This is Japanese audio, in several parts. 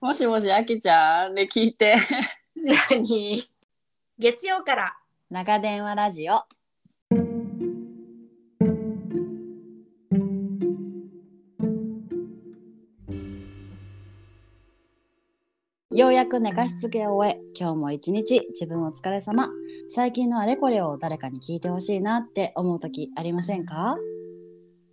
もしもし、あきちゃんで聞いて。何月曜から長電話ラジオ。ようやく寝かしつけを終え、今日も一日自分お疲れ様。最近のあれこれを誰かに聞いてほしいなって思う時ありませんか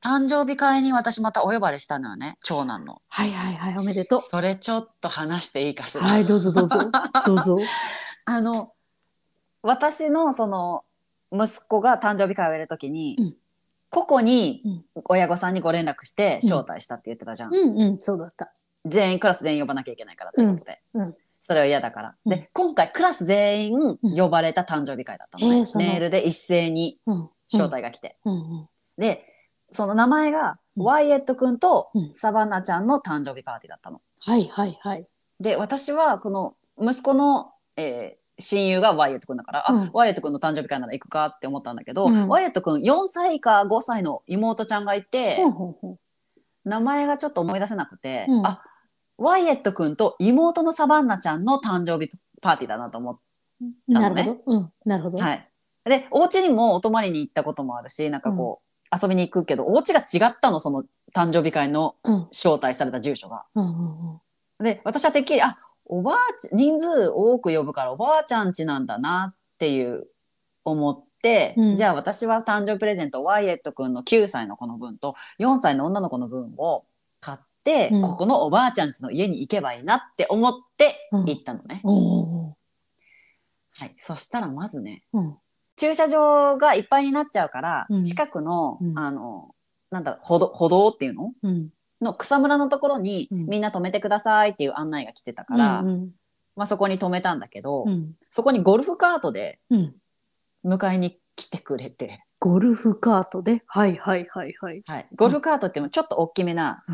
誕生日会に私またお呼ばれしたのよね長男のはいはいはい、おめでとそれちょっと話していいかしう。ら、はい、どうぞど うぞ。どうぞ。あの私のその息子が誕生日会をやるときに、うん個々にうん親御さんにご連絡してうん招待したって言ってたじゃん、うんうん、そうだった。全員クラス全員呼ばなきゃいけないからってことで、うんうんそれは嫌だから、うんで今回クラス全員うん呼ばれた誕生日会だったのね、へえそのメールで一斉にうん。招。待が来て、うんうん。でその名前がうんワイエット君とうんサバンナちゃんの誕生日パーティーだったの。はいはいはい。で私はこの息子の、えー親友がワイエット君だから、あうんワイエット君の誕生日会なら行くかって思ったんだけど、うんワイエット君4歳か5歳の妹ちゃんがいて、ほうほうほう名前がちょっと思い出せなくて、うんあワイエット君と妹のサバンナちゃんの誕生日パーティーだなと思っななのるねほど。うん。なるほど。て、はい、でお家にもお泊まりに行ったこともあるしなんかこう、遊びに行くけどお家が違ったのその誕生日会のうん。招待された住所が。うんうんうん。で私はてっきりあおばあちゃん人数多く呼ぶからおばあちゃんちなんだなっていう思って、うんじゃあ私は誕生日プレゼントワイエット君の9歳の子の分と4歳の女の子の分を買って、うんここのおばあちゃんちの家に行けばいいなって思ってうん行ったのね、おお。はい、そしたらまずねうん。駐車場がいっぱいになっちゃうから、うん近くの、うんあのなんだろう歩道歩道っていうのうん。の草むらのところに、うんみんな止めてくださいっていう案内が来てたから、うんまあ、そこに止めたんだけど、うん。そこにゴルフカートでうん。迎えに来てくれて、ゴルフカートで。はいはいはいはい。はい、ゴルフカートってもちょっと大きめな、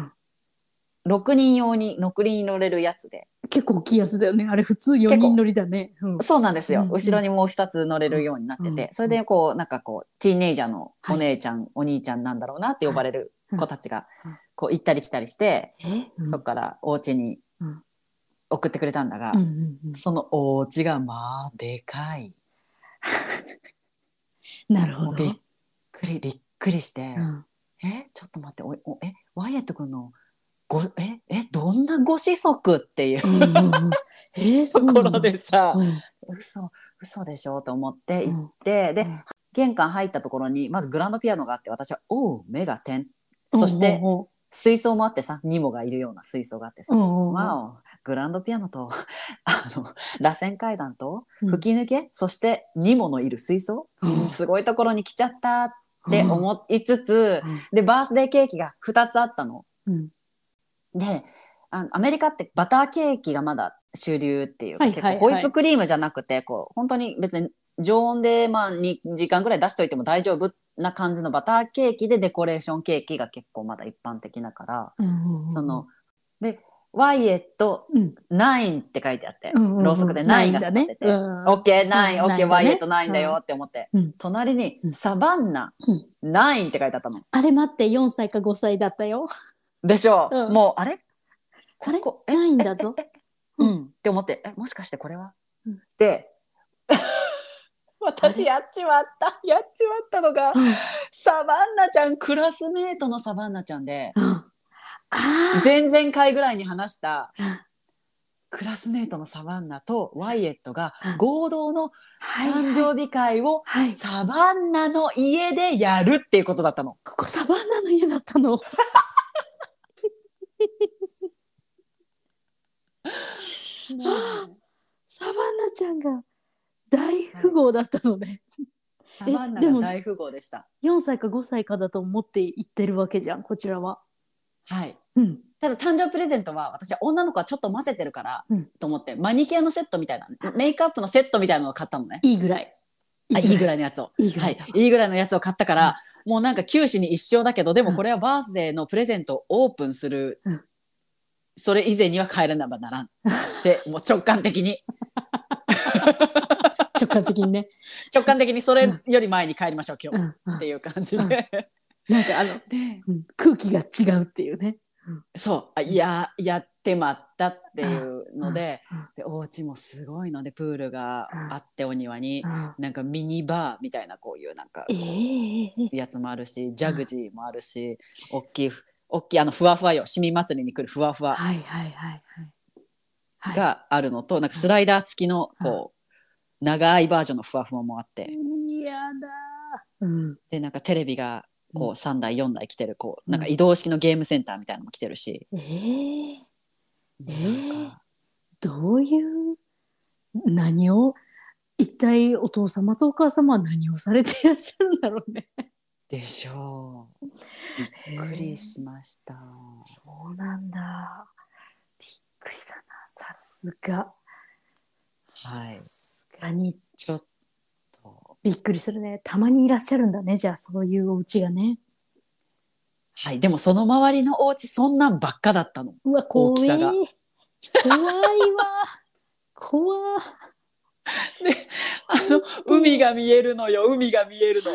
6人用に6人乗れるやつで結構大きいやつだよね。あれ普通4結構人乗りだね。うん。そうなんですよ、うんうん後ろにもう2つ乗れるようになってて、うんうんそれでこうなんかこうティーネイジャーのはいお姉ちゃん、お兄ちゃんなんだろうなって呼ばれる子たちがはいうんこう行ったり来たりして、えうんそこからお家にうん送ってくれたんだが、うんうんうん。そのお家がまあでかい。なるほもうど。びっくりびっくりして。うんえちょっと待っておいおえワイエット君のごええどんなご子息っていううんうんうん。えー、そとうなこのろでさうん嘘嘘でしょと思ってう行っん。て、でうん玄関入ったところにまずグランドピアノがあって私は「おう目が点」そしておう水槽もあってさニモがいるような水槽があってさ、おうおうおうわおグランドピアノと あの螺旋階段とうん吹き抜け、そしてニモのいる水槽、うんすごいところに来ちゃったって思いつつ、うんでバースデーケーキが2つあったの。うんであのアメリカってバターケーキがまだ主流っていうか、はいはいはい結構ホイップクリームじゃなくてこう本当に別に常温で、まあ、2時間ぐらい出しといても大丈夫な感じのバターケーキでデコレーションケーキが結構まだ一般的だから、うんそのでワイエットうん9って書いてあって、うんうんうんろうそくで9が刺さってて、ないんだねうんオッケーナイン、うオんッケー、ナインだねワイエットナインだよって思って、うん隣にうんサバンナ、うんナインって書いてあったの。あれ待って4歳か5歳だったよ。でしょう、うんもうあれあれこないんだぞ。ええうんって思って、え、もしかしてこれは、うん で、私やっちまった、やっちまったのが、うんサバンナちゃん、クラスメートのサバンナちゃんで、ああ前々回ぐらいに話したうん、クラスメートのサバンナとワイエットがうん合同のはい誕はい、生日会をはい、サバンナの家でやるっていうことだったの。ここサバンナの家だったの。サバンナちゃんが大富豪だったのね。サバンナえでがも大富豪でした。 4歳か5歳かだと思って言ってるわけじゃん、こちらは。はい。うん。ただ誕生プレゼントは私は女の子はちょっと混ぜてるから、うんと思ってマニキュアのセットみたいなメイクアップのセットみたいなのを買ったのねいいぐらい。あいいぐらいのやつをいいぐらいだはい、いいぐらいのやつを買ったから、もうなんか九死に一生だけどでもこれはバースデーのプレゼントをオープンする、うんそれ以前には帰らなばならんってもう直感的に直感的に ね。直感的にそれより前に帰りましょう今う日、んうんっていう感じうんで、なんかあの、でうん空気が違うっていうね。そうあいややってまったっていうので,、うんうんでお家もすごいのでプールがうんあってお庭に、なんかミニバーみたいなこういうなんかええやつもあるしジャグジーもあるし、大きい大きいあのふわふわよ市民祭りに来るふわふわはいはいはいはい。はい、があるのと、なんかスライダー付きのこう、長いバージョンのふわふわもあっていやうん、でなんかテレビがこうう3台4台来てるこううんなんか移動式のゲームセンターみたいなのも来てるし、えええーなんかどういう何を一体お父様とお母様は何をされていらっしゃるんだろうね。でしょうびっくりしました。そうなんだ。びっくりだな。さすが。はいさ、すがにちょっとびっくりするね。たまにいらっしゃるんだね。じゃあそういうお家がね。はいでもその周りのお家そんなんばっかだったの。うわ怖大きい。さが怖いわ。怖い。あの海が見えるのよ海が見えるの。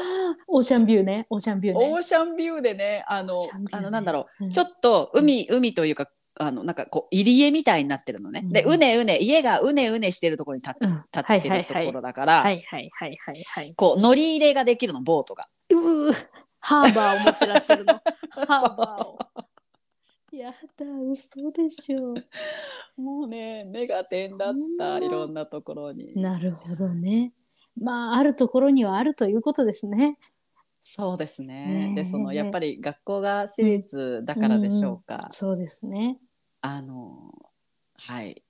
オーシャンビューね。オーシャンビューオね。ーシャンビューでねあのオーシャンビューねあのなんだろうんうちょっと海海というかあのなんかこう入り江みたいになってるのね。でうんうねうね家がうねうねしてるところに立っうん立ってるところだから、はいはいはいはいはい。こう乗り入れができるのボートが。うーハーバーを持ってらっしゃ るの。ハーバーを。やだ、嘘でしょ。もうね目が点だっそんなたいろんなところに。なるほどね。まあ、あるところにはあるということですね。そうですねね。えでそのやっぱり学校が私立だからでしょうか。そうですね。あのはい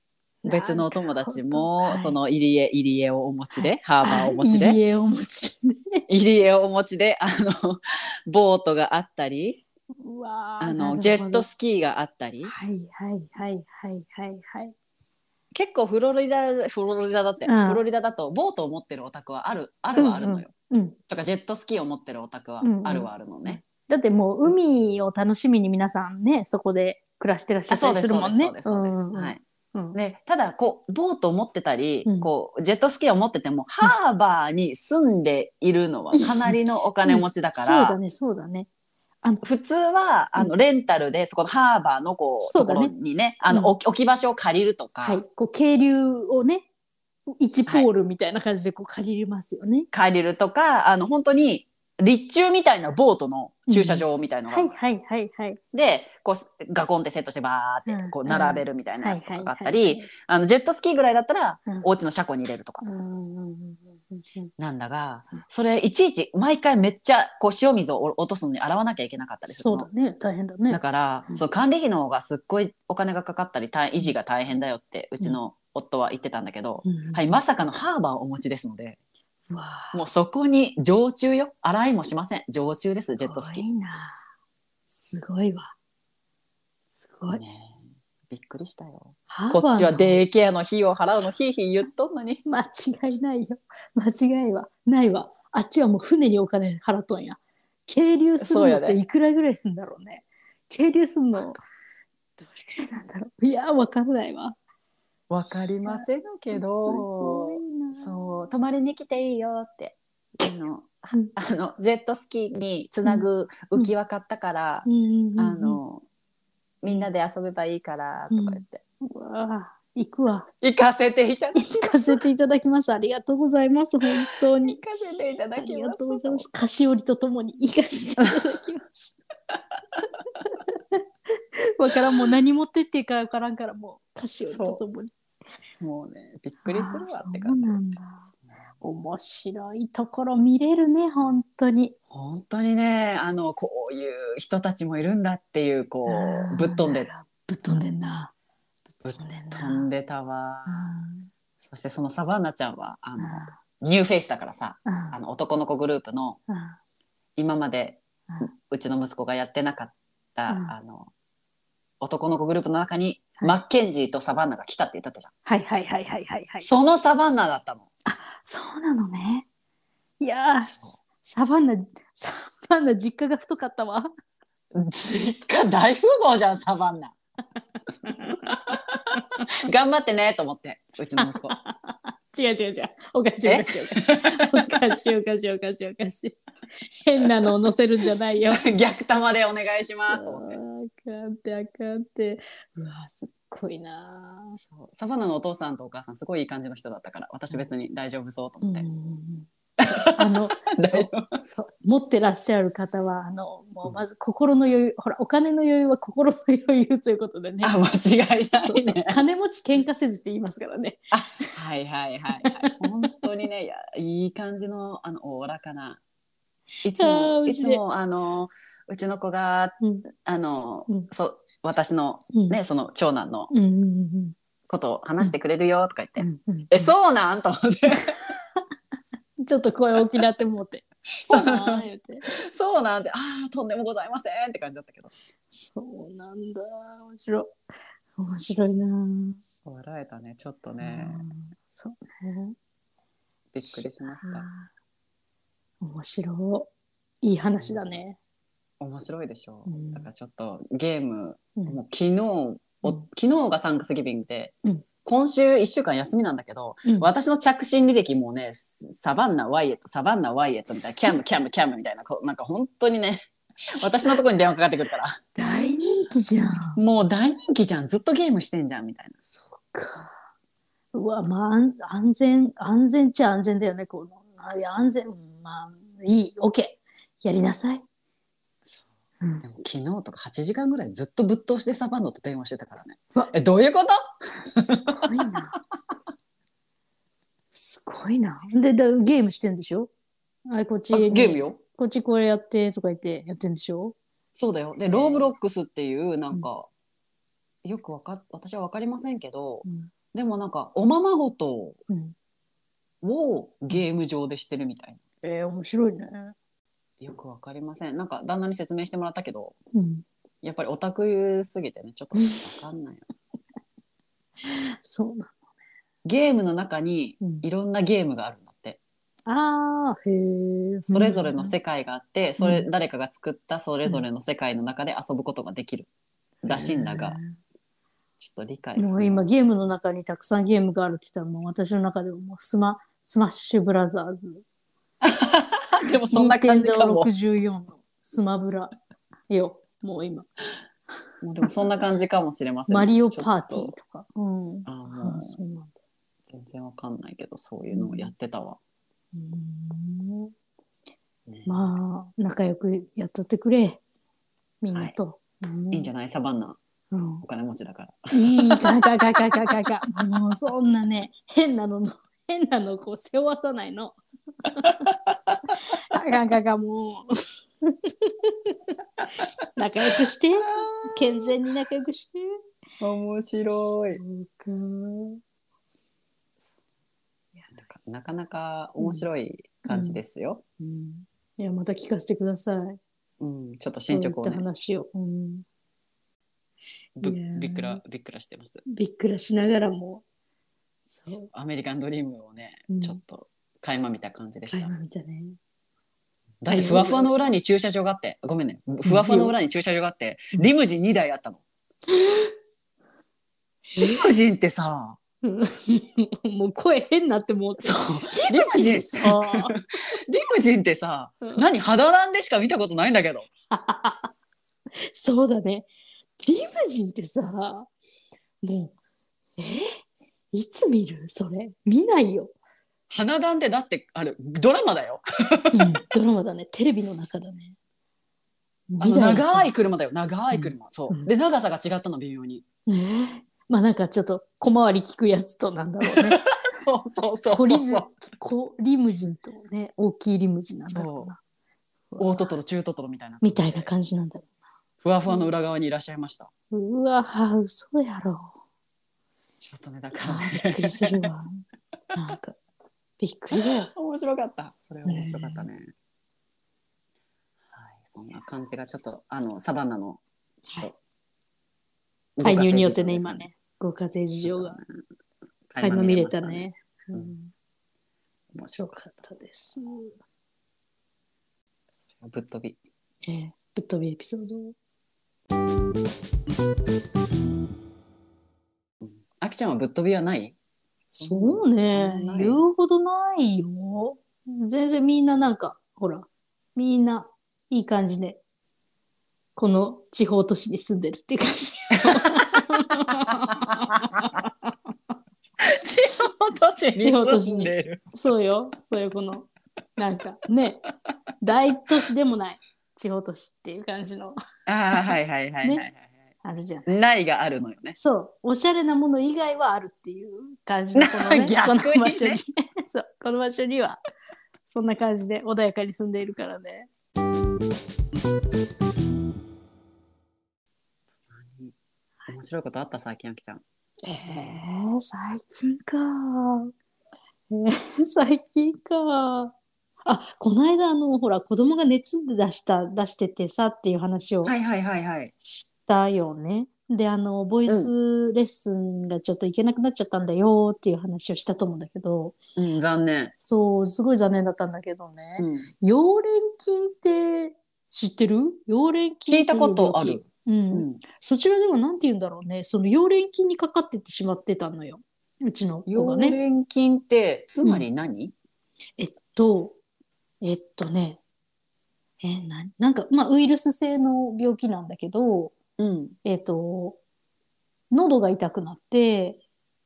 別のお友達なるほもどそ、の入り江入り江をお持ちでハーバはいーをお持ちで。入り江をお持ちでね。 入り江をお持ちであのボートがあったりうわーあなるのほどジェットスキーがあったりはいはいはいはいはいはい。結構フロリダフロリダだって、うんフロリダだとボートを持ってるお宅はあるあるはあるのよ、うん。とかジェットスキーを持ってるお宅はうんうんあるはあるのね、だってもう海を楽しみに皆さんね、そこで暮らしてらっしゃあったそうりですするそもうんね。ですそうです、はいうんでただこうボートを持ってたり、うんこうジェットスキーを持ってても、ハーバーに住んでいるのはかなりのお金持ちだから、そうだね、そうだね。普通はあのレンタルでそこのハーバーのこうそうとだこねろにねあの、うん置き置き場所を借りるとか、はい、こう渓流をね、一ポールみたいな感じでこう借りれますよね。借りるとかあの本当に立中みたいなボートの駐車場みたいのが、はいはいはいはい。でこうガコンってセットしてバーっうてんこう並べるみたいなやつとかがあったはいはいりはいあのジェットスキーぐらいだったらうんお家の車庫に入れるとかうんうんうんうんうんなんだがそれいちいち毎回めっちゃこう塩水を落とすのに洗わなきゃいけなかったりするそうのだ。ね、大変だね。だから、うんそう管理費の方がすっごいお金がかかったり大維持が大変だよってうちの夫は言ってたんだけど、うんはい、まさかのハーバーをお持ちですのでうわーもうそこに常駐よ洗いもしません常駐ですジェットスキーすごいな。すごいわ。すごい。ねえびっくりしたよハーバーこのっちはデイケアの費用払うのひいひい言っとんのに間違いないよ。間違いはないわ。あっちはもう船にお金払っとんや。渓流するのっそうやてねいくらぐらいすんだろうね。渓流すんのどれくらいなんだろう。いやー、わかんないわ。わかりませんけすごどいなそう泊まりに来ていいよってあのうんあのジェットスキーにつなぐ浮き輪買ったから、うんうんうんうんあのみんなで遊べばいいからとか言って、うわー行くわ。行かせていただきます行かせていただきます。ありがとうございます。本当に行。かせていたあだきりまがすとうございます。菓子折りとともに行かせていただきます。 わからんもう何持ってっていいかわからんからもう菓子折りとともに。もうねびっくりするわってあー感そじうなんだ。面白いところ見れるね、本当に。本当にねあのこういう人たちもいるんだっていうこうぶっ飛んで。ぶっ飛んでんな。ぶぶっっ飛んでんな。飛んでたわうんそしてそのサバンナちゃんはあうんのニューフェイスだからさうんあの男の子グループの今までうんうちの息子がやってなかったうんあの男の子グループの中に、はいマッケンジーとサバンナが来たって言ってたじゃん、はいはいはいはいはいはい。そのサバンナだったのそうなのね。いやーそうサバンナ、サバンナ実家が太かったわ。実家大富豪じゃんサバン ナ頑張ってねと思ってうちの 息子違う違う違う。おかしいおかしいおかしい。おかしいおかしいおかしいおかしい。変なのを乗せるんじゃないよ。 逆玉でお願いしますと思ってあかんってあかんって。うわすっごいなあ。そうサバンナのお父さんとお母さんすごいいい感じの人だったから私別に大丈夫そうとう思って、 んあのそ 大う丈夫そう持ってらっしゃる方はあのもうまず心の余裕、ほらお金の余裕は心の余裕ということでねあ間違いないそうそうね金持ち喧嘩せずって言いますからねはいはいはい、はい、本当にねいやいい感じのあのおおらかないつあーも面いつ白いもあのうちの子がうんあの、うんそう私のうんねその長男のうんうんうんことを話してくれるよとか言って、うんうんえそうなんと思って ちょっと声大きなって思ってそうなん言うてそうなんってああとんでもございませんって感じだったけどそうなんだ面白い面白いなあ笑えたねちょっとねそうねびっくりしました面白いいい話だね面白いでしょう、うんだからちょっとゲームうんもう昨日おうん昨日が参加月便で、うん今週1週間休みなんだけど、うん私の着信履歴もねサバンナワイエットサバンナワイエットみたいなキャムキャムキャムみたいなこうなんか本当に ね私のところに電話かかってくるから大人気じゃんもう大人気じゃんずっとゲームしてんじゃんみたいなそっか。うわ、まあ、安安全、安全っちゃ安全だよね。この、あいや安全、まあ、いい、オッケー。やりなさい。うんでも昨日とか8時間ぐらいずっとぶっ通してサバンナと電話してたからねうわえどういうことすごいな。 すごいな。で、だゲームしてんでしょあれ、こっちあに、ゲームよこっちこれやってとか言ってやってんでしょそうだよでローブロックスっていうなんか、よくわか私は分かりませんけどうん。でもなんかおままごとうん、をゲーム上でしてるみたいな。えー、面白いね。よくわかりません。なんか旦那に説明してもらったけど、うん。やっぱりオタクすぎてね、ちょっとわかん ないよ。そうなゲームの中にの。うんいろんなゲームがあるんだって。ああ、へえ。それぞれの世界があって、それう誰かが作ったそれぞれの世界の中で遊ぶことができるらしいんだが、ちょっと理解。もう今ゲームの中にたくさんゲームがあるって言ったらもう私の中でももうスマスマッシュブラザーズ。 でもそんな感じかも。 64のスマブラよ。もう今。もうでもそんな感じかもしれません。マリオパーティーちょっととか。うん。あーあもあうそうなんだ。全然わかんないけど、そういうのをやってたわ。うーんねまあ、仲良くやっとってくれ。みんなと。いいんじゃない、ないサバンナ、うんお金持ちだから。いいかかかかかかか。もうそんなね、変なのの、変なのこう背負わさないの。かかかかもう。仲良くして。健全に仲良くして。面白い。そうとかなかなか面白い感じですよ。かうんいや、また聞かせてください。うん、ちょっと進捗をそういったね、話を、うん。ぶいやーびっくらびっくらしてます。びっくらしながらも。そう。アメリカンドリームをね、うんちょっと垣間見た感じでし垣た。間見たね。だってふわふわの裏に駐車場があって、ごめんね、ふわふわの裏に駐車場があって、うんリムジン2台あったの。リムジンってさ、うんもう声変になってもうそうう。、リムジン、リさ。ムジンってさ、うん何肌なんでしか見たことないんだけど。そうだね。リムジンってさ、もう、えいつ見るそれ。見ないよ、花壇ってだってあれドラマだよ。うんドラマだね。テレビの中だね。あの見ない長い。車だよ。長い車。そうう。んで長さが違ったの微妙に。ねえまあなんかちょっと小回り聞くやつとなんだ ろうね。そうそうそう小そうリズ小リムジンとね、大きいリムジンなんだろうな。大トトロ中トトロみたいな。みたいな感じなんだろふわふわの裏側にいらっしゃいました。う。うわぁ、嘘やろ。ちょっとねだからあーびっくりね。するわ。なんか、びっくりだよ。 面白かった。それは面白かったね。はい、そんな感じがちょっとあのサバンナのちょっと介入によってね、今ね、ご家庭事情が垣間見れた。ね。ううんん面白よい。かったです。ぶっ飛び。えーぶっ飛びエピソード。あきちゃんはぶっ飛びはないそうねない、言うほどないよ。全然みんななんか、ほら、みんないい感じで、この地方都市に住んでるっていう感じ。 地方都市地方都市にる。そうよ、そういうこの、なんかね、大都市でもない、地方都市っていう感じの、ああ、はいはいはいはいはい。あるじゃん。ないがあるのよね。そう、おしゃれなもの以外はあるっていう感 じの、このね、逆にねこの場所に そう、この場所には、そんな感じで穏やかに住んでいるからね。面白いことあった最近あきちゃん。えー、最近か。えー、最近か。あ、この間、あの、ほら、子供が熱出した、出しててさっていう話を。はいはいはいはい。したよね。で、あの、ボイスレッスンがちょっと行けなくなっちゃったんだよっていう話をしたと思うんだけど、うん、残念。そう、すごい残念だったんだけどね。うん溶連菌って知ってる溶連聞菌っていたことあいうる。病気。ううん。ん。そちらではなんて言うんだろうね。その溶連菌にかかってってしまってたのよ。うちの子溶がね。連菌って、つまり何えっと、えっとね。え、な、なんか、まあ、ウイルス性の病気なんだけど、うん。えっ、と、喉が痛くなって、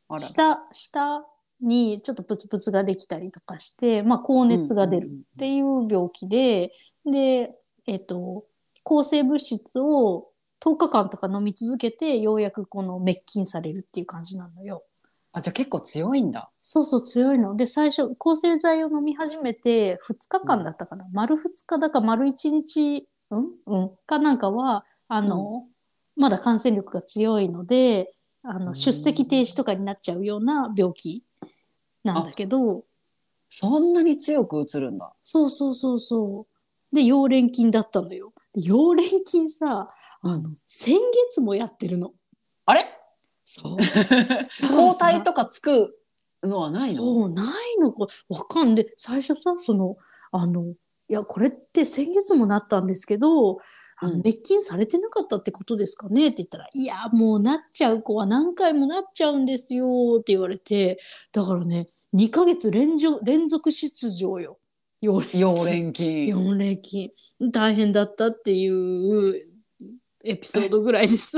あら。下、下にちょっとプツプツができたりとかして、まあ、高熱が出るっっていう病気で、で、えっ、と、抗生物質を10日間とか飲み続けて、ようやくこの滅菌されるっていう感じなのよ。あ、じゃあ結構強いんだ。そうそう強いの。で、最初、抗生剤を飲み始めて、2日間だったかな。丸2日だか丸1日、うんうん。かなんかは、あの、まだ感染力が強いので、あうの、ん出席停止とかになっちゃうような病気なんだけど、そんなに強く映るんだ。そうそうそうそう。で、溶連菌だったのよ。で溶連菌さ、あの、先月もやってるの。あれ そう。抗体とかつくのはないのそうないのかわかんで最初さそのあのいやこれって先月もなったんですけど、あのうん滅菌されてなかったってことですかねって言ったら「いやもうなっちゃう子は何回もなっちゃうんですよ」って言われてだからね2ヶ月連続連続出場よ。よ溶連菌。 4連勤大変だったっていうエピソードぐらいです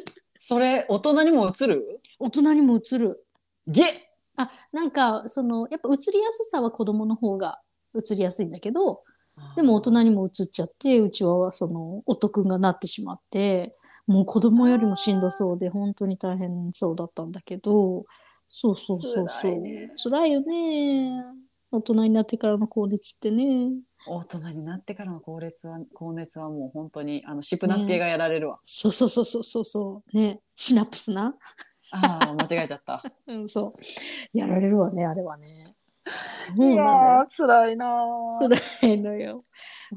それ、大人にも映る大人にも映るげあ、なんか、その、やっぱ映りやすさは子供の方が映りやすいんだけど、でも大人にも映っちゃって、うちはその、夫くんがなってしまって、もう子供よりもしんどそうで、本当に大変そうだったんだけど、そうそうそうそう。辛い辛い,、ねよね。大人になってからの高熱ってね。大人になってからの高熱は高熱はもう本当にあのシップナス系がやられるわ、そうそうそうそうそうそう。ね。シナプスな。ああ間違えちゃった うん、そう。やられるわね、あれはね。そうな辛いなのよ。辛いのよ。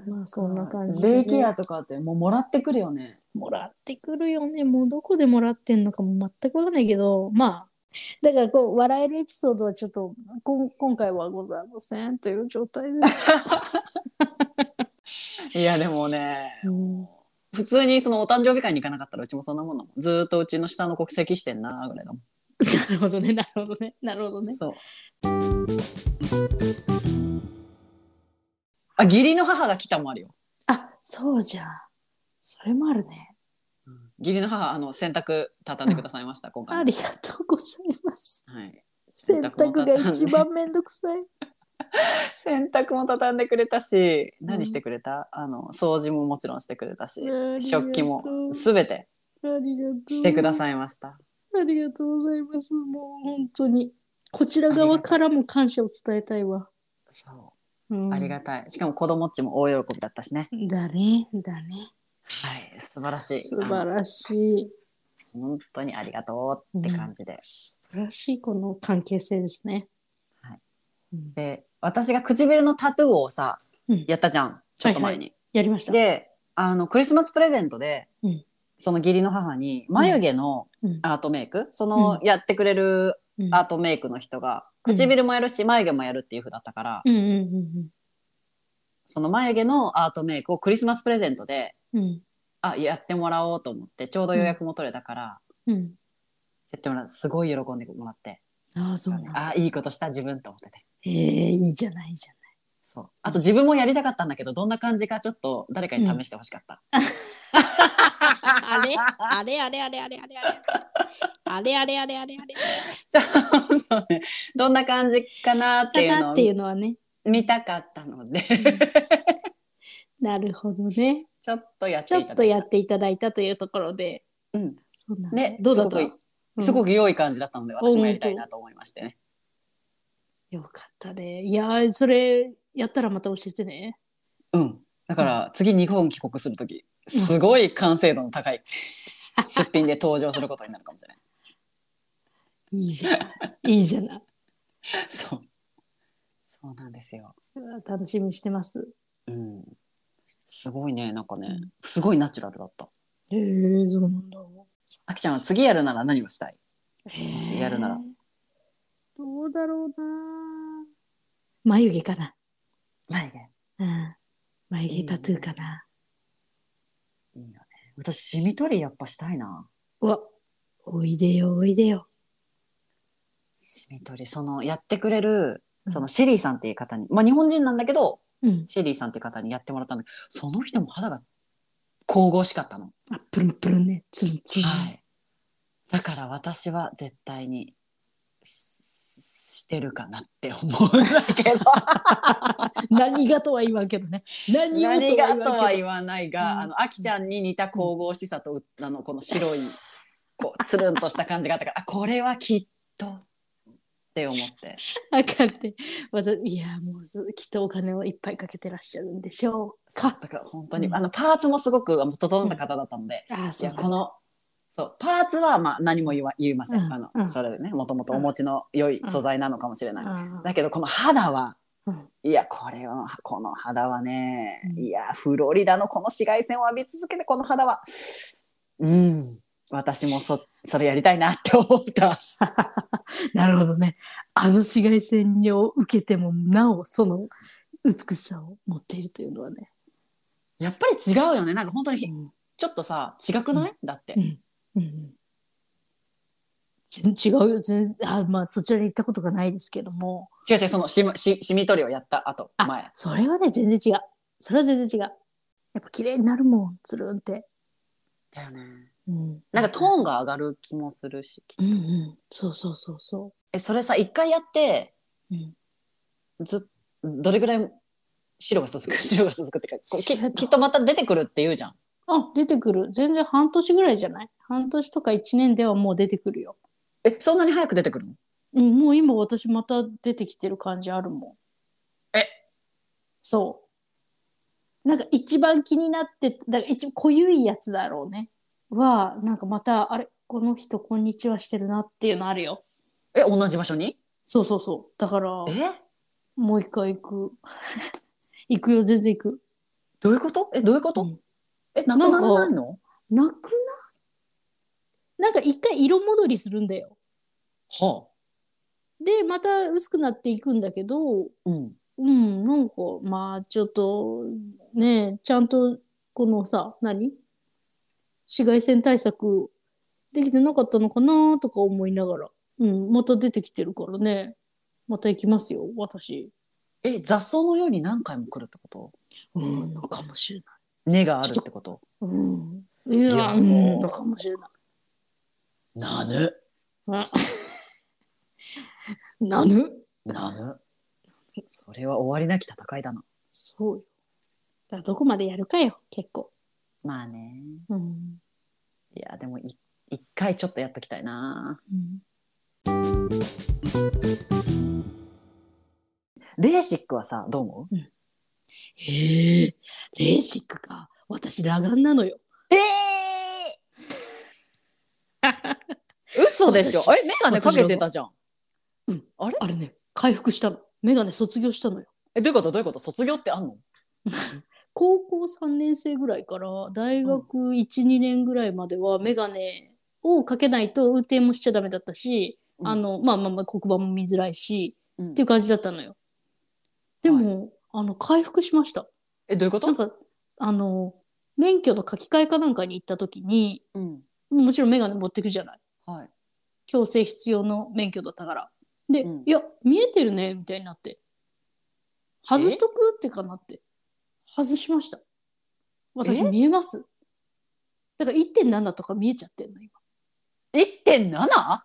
まあ、そんな感じでね、デイケアとかってもうもらってくるよねもらってくるよね。もうどこでもらってんのかも全くわかんないけど、まあ。だからこう、笑えるエピソードはちょっと、こん今回はございませんという状態です。いやでもねうん普通にそのお誕生日会に行かなかったらうちもそんなもんだもんずーっとうちの下の国籍してんなぐらいだもん、なるほどね、なるほどね、 なるほどね。そうあ義理の母が来たもあるよあ、そうじゃん。それもあるね。義理の母あの洗濯畳んでくださいま した今あ回りがとうございます。はい 洗濯が一番めんどくさ い。洗濯も畳んでくれたしん何してくれた、あの掃除ももちろんしてくれたし、うん食器も全てありがとう。してくだい。さいましたありがとうございます。もう本当に。こちら側からも感謝を伝えたいわ。そうんうありがたいしかも子供っちも大喜びだったしねだね、だね。はい素晴らしい素晴らしい。あの本当にありがとうって感じで、素晴らしいこの関係性ですね。で私が唇のタトゥーをさ、うんやったじゃんちょっと前に、やりました。であのクリスマスプレゼントで、うんその義理の母に眉毛のうんアートメイク、そのやってくれるアートメイクの人が、うん唇もやるし眉毛もやるっていう風だったから、うんうんその眉毛のアートメイクをクリスマスプレゼントでうんうんあやってもらおうと思ってちょうど予約も取れたから、うんやってもらってすごい喜んでもらって、ああそうなんだあいいことした自分と思ってて。へえいいじゃないいいじゃないそうあと自分もやりたかったんだけどどんな感じかちょっと誰かに試してほしかった、 あれあれあれあれあれ あれあれあれあれあれあ れそうねどんな感じかなっていうの方をっていうのはね見たかったので なるほど ねちょっとやっちていょたっだといやたっていただいたというところでうんそうなんだねどうだったすごくすごく良い感じだったので、私もやりたいなと思いましてねよかったね。いやー、それやったらまた教えてね。うんだから次日本帰国する時すごい完成度の 高いすっぴんで登場することになるかもしれないいいじゃない。いいじゃない。そうそうなんですよ楽しみにしてます。うんすごいねなんかね、うんすごいナチュラルだったへえー、そうなんだ。あきちゃんは次やるなら何をしたいもしやるなら。どうだろうな。眉毛かな。眉毛うん。眉毛タトゥーかな。いいよね私シミ取りやっぱしたいなうわ、おいでよ、おいでよ。シミ取りそのやってくれるそのシェリーさんっていう方に、まあ日本人なんだけどうん。シェリーさんっていう方にやってもらったんだけどその人も肌が神々しかったの、あ、プルンプルンね。ツンツ ン。はいだから私は絶対にししてるかなって思うんだけど何がとは言わんけどね。何を 何とはが言とわんはけど。言わないが、うんあのあきちゃんに似た神々しさと、あのこの白いこうつるんとした感じがあったからあこれはきっとって思ってあかんって。わざいや、もうずきっとお金をいっぱいかけてらっしゃるんでしょうか。だから本当に、うんあのパーツもすごくあの整った方だったので、ああ、いそうやなんだこのそうパーツはまあ何も言わ言いません、うんあのうんそれねもともとお持ちの良い素材なのかもしれない、ああだけどこの肌は、うんいやこれはこの肌はね、うんいやフロリダのこの紫外線を浴び続けてこの肌はうん私もそそれやりたいなって思った。 なるほどね。あの紫外線を受けてもなおその美しさを持っているというのはね。やっぱり違うよねなんか本当にうんちょっとさ違くない、だって、うんうん全違うよ全あまあそちらに行ったことがないですけども違う違うそのししシミ取りをやった後あ前それはね全然違うそれは全然違うやっぱ綺麗になるもんつるんって、だよねうん、なんかトーンが上がる気もするしうんうんそうそうそうそえそれさ一回やってう、うん、ずどれぐらい白が 続く白が続くってかこう白きがきっとまた出てくるって言うじゃんあ出てくる全然半年ぐらいじゃない半年とか1年ではもう出てくるよ、えそんなに早く出てくるのうん、もう今私また出てきてる感じあるもんそう。なんか一番気になって、だから一番濃ゆいやつだろうね。は、なんかまた、あれ、この人こんにちはしてるなっていうのあるよ。え同じ場所にそうそうそう。だから、えもう一回行く。 行くよ、全然行く。どういうことえどういうこと、うんえなくならないのなくないなんか一回色戻りするんだよ。はで、また薄くなっていくんだけど、あうんうん、なんか、まあ、ちょっと、ねえちゃんと、このさ、何紫外線対策できてなかったのかなとか思いながら。うん、また出てきてるからね。また行きますよ、私。え雑草のように何回も来るってことうん、のかもしれない。根があるってことうん。いや、いやうん、もうのかもしれない。なぬなぬなぬそれは終わりなき戦いだなそうよ。だからどこまでやるかよ、結構。まあねうん。いやでもい一回ちょっとやっときたいなうん、レーシックはさどう思うへえ、レーシックか。私、裸眼なのよ。ええー、 嘘でしょ私え眼鏡かけてたじゃん。うんあれあれね、回復したの。メガネ卒業したのよ。えどういうことどういうこと卒業ってあんの高校3年生ぐらいから大学1、2年ぐらいまでは眼鏡をかけないと運転もしちゃダメだったし、うんあのまあまあまあ黒板も見づらいし、うんっていう感じだったのよ。でも、あの回復しました。え、どういうことなんかあの免許の書き換えかなんかに行った時にうん。もちろん眼鏡持ってくじゃないはい。強制必要の免許だったから。で、うんいや見えてるねみたいになって外しとくってかなって外しました。私え見えます。だから1.7とか見えちゃってんの今。 1.7?1.5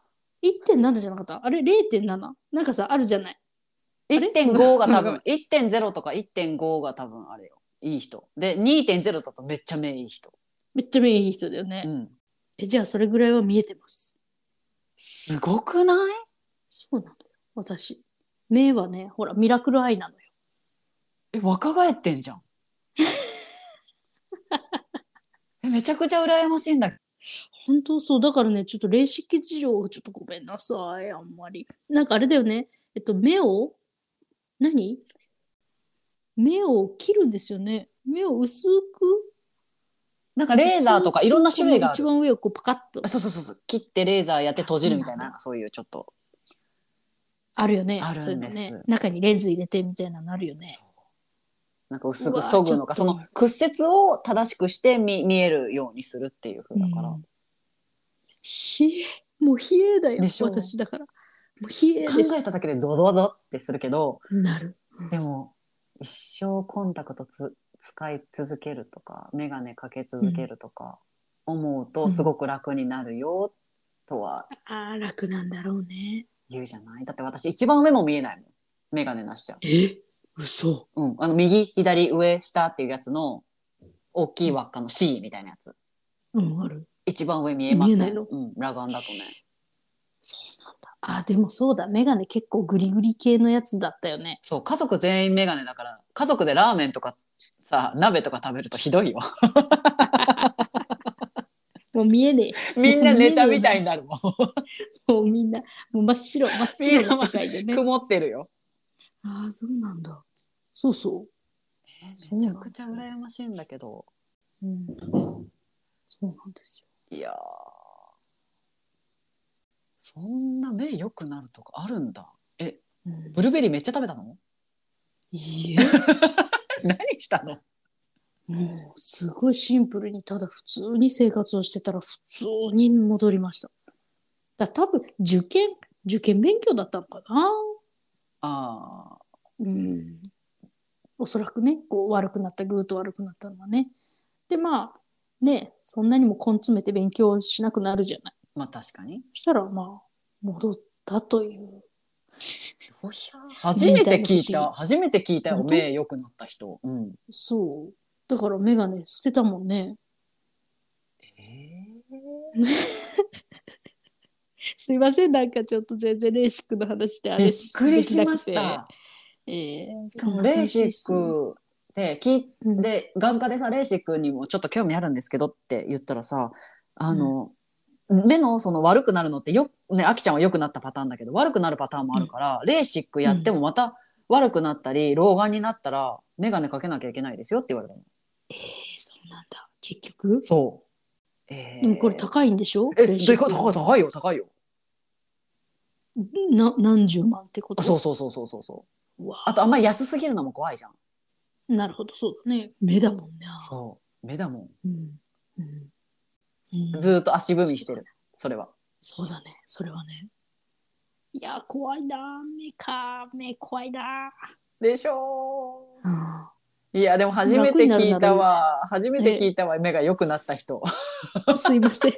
1.7じゃなかったあれ ?0.7? なんかさあるじゃないが多分、1.0とか1.5が多分あれよ。いい人。で、2.0だとめっちゃ目いい人。めっちゃ目いい人だよね。うん。えじゃあそれぐらいは見えてます。すごくないそうなのよ私。目はねほらミラクルアイなのよ。え、若返ってんじゃ ん。え、めちゃくちゃ羨ましいんだけど。本当そうだからねちょっと霊視事情ちょっとごめんなさいあんまり。なんかあれだよねえっと目を何目を切るんですよね。目を薄くなんかレーザーとかいろんな種類があ一る。番上をこうパカッとそうそうそうそう。切ってレーザーやって閉じるみたいな、あなんかそういうちょっと。あるよね。あるんですそういうのね。中にレンズ入れてみたいなのあるよね。なんか薄うくわ削ぐのか、ちそょっとの屈折を正しくして見見えるようにするっていう風だから。うんひえもう冷えだよでしょ私だからもう冷え考ですえただけでゾゾゾってするけど、なるでも一生コンタクトつ使い続けるとか、メガネかけ続けるとか思うとすごく楽になるよとはあー楽なんだろうね言うじゃない。だって私一番上も見えないもん。メガネなしじゃ。え嘘うん。あの右、左、上、下っていうやつの大きい輪っかの C みたいなやつ。うんある一番上見えません。見えないのうん。裸眼だとね。そうなんだあーでもそうだメガネ結構グリグリ系のやつだったよねそう、家族全員メガネだから、家族でラーメンとかさ、鍋とか食べるとひどいよ。もう見えね みんなネタみたいになるもん。え もうみんなもう真っ白真っ白の世界で ね曇ってるよ。ああそうなんだそうそそうめなちんゃだくちゃ羨ましいんだけど。う、うん、そうなんですよいやーそんな目良くなるとかあるんだ。え、うんブルーベリーめっちゃ食べたのいいえ 何したのもうすごいシンプルにただ普通に生活をしてたら普通に戻りました。だ多分受験受験勉強だったのかな。ああ、うん。おそらくねこう悪くなったぐーっと悪くなったのはね。でまあねそんなにも根詰めて勉強しなくなるじゃない。まあ確かに。そしたらまあ戻ったという。初めて聞い人体の不た、思 初めて聞いたよ、本当目良くなった人。うん。そう。だからメガネ捨てたもんね。えすいませんなんかちょっと全然レーシックの話であびっれしくりしました。。ええしかもレーシックで聞いうんで眼科でさレーシックにもちょっと興味あるんですけどって言ったらさあの、目のその悪くなるのってよねあきちゃんは良くなったパターンだけど悪くなるパターンもあるから、レーシックやってもまた悪くなったり老眼になったら眼鏡かけなきゃいけないですよって言われたの。えー、そうなんだ。結局、そう。えでもこれ高いんでしょえレでーシックか高い高いよ高いよ。な何十万ってことあそうそうそうそうそうそう。うわあとあんまり安すぎるのも怖いじゃん。なるほど、そうだね。目だもんね。そう目だもうんうんうんん、ずーっと足踏みしてるそれは。そうだね、それはね。いや、怖いな。目か、目怖いな。でしょー。あいやでも初めて聞いたわ初めになるなて聞いたわ目が良くなった人ーすいま せん。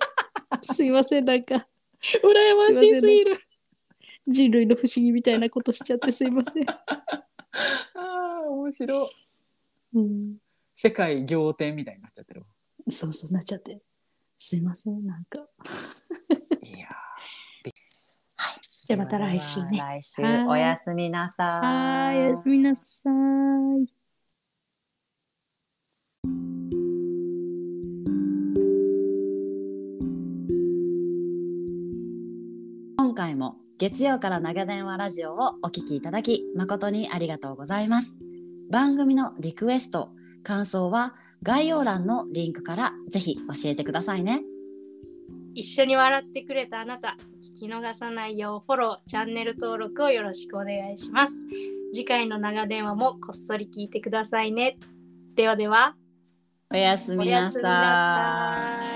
すいません、なんか羨ましすぎる人類の不思議みたいなことしちゃってすいません。あー面白いうん、世界仰天みたいになっちゃってるわそうそうなっちゃって。すいません、なんか。いやじゃあまた来週ね。来週はいおやすみなさはーいい、おやすみなさい。今回も月曜から長電話ラジオをお聞きいただき誠にありがとうございます番組のリクエスト感想は概要欄のリンクからぜひ教えてくださいね。一緒に笑ってくれたあなた、聞き逃さないようフォロー、チャンネル登録をよろしくお願いします。次回の長電話もこっそり聞いてくださいね。ではでは、おやすみなさい。い。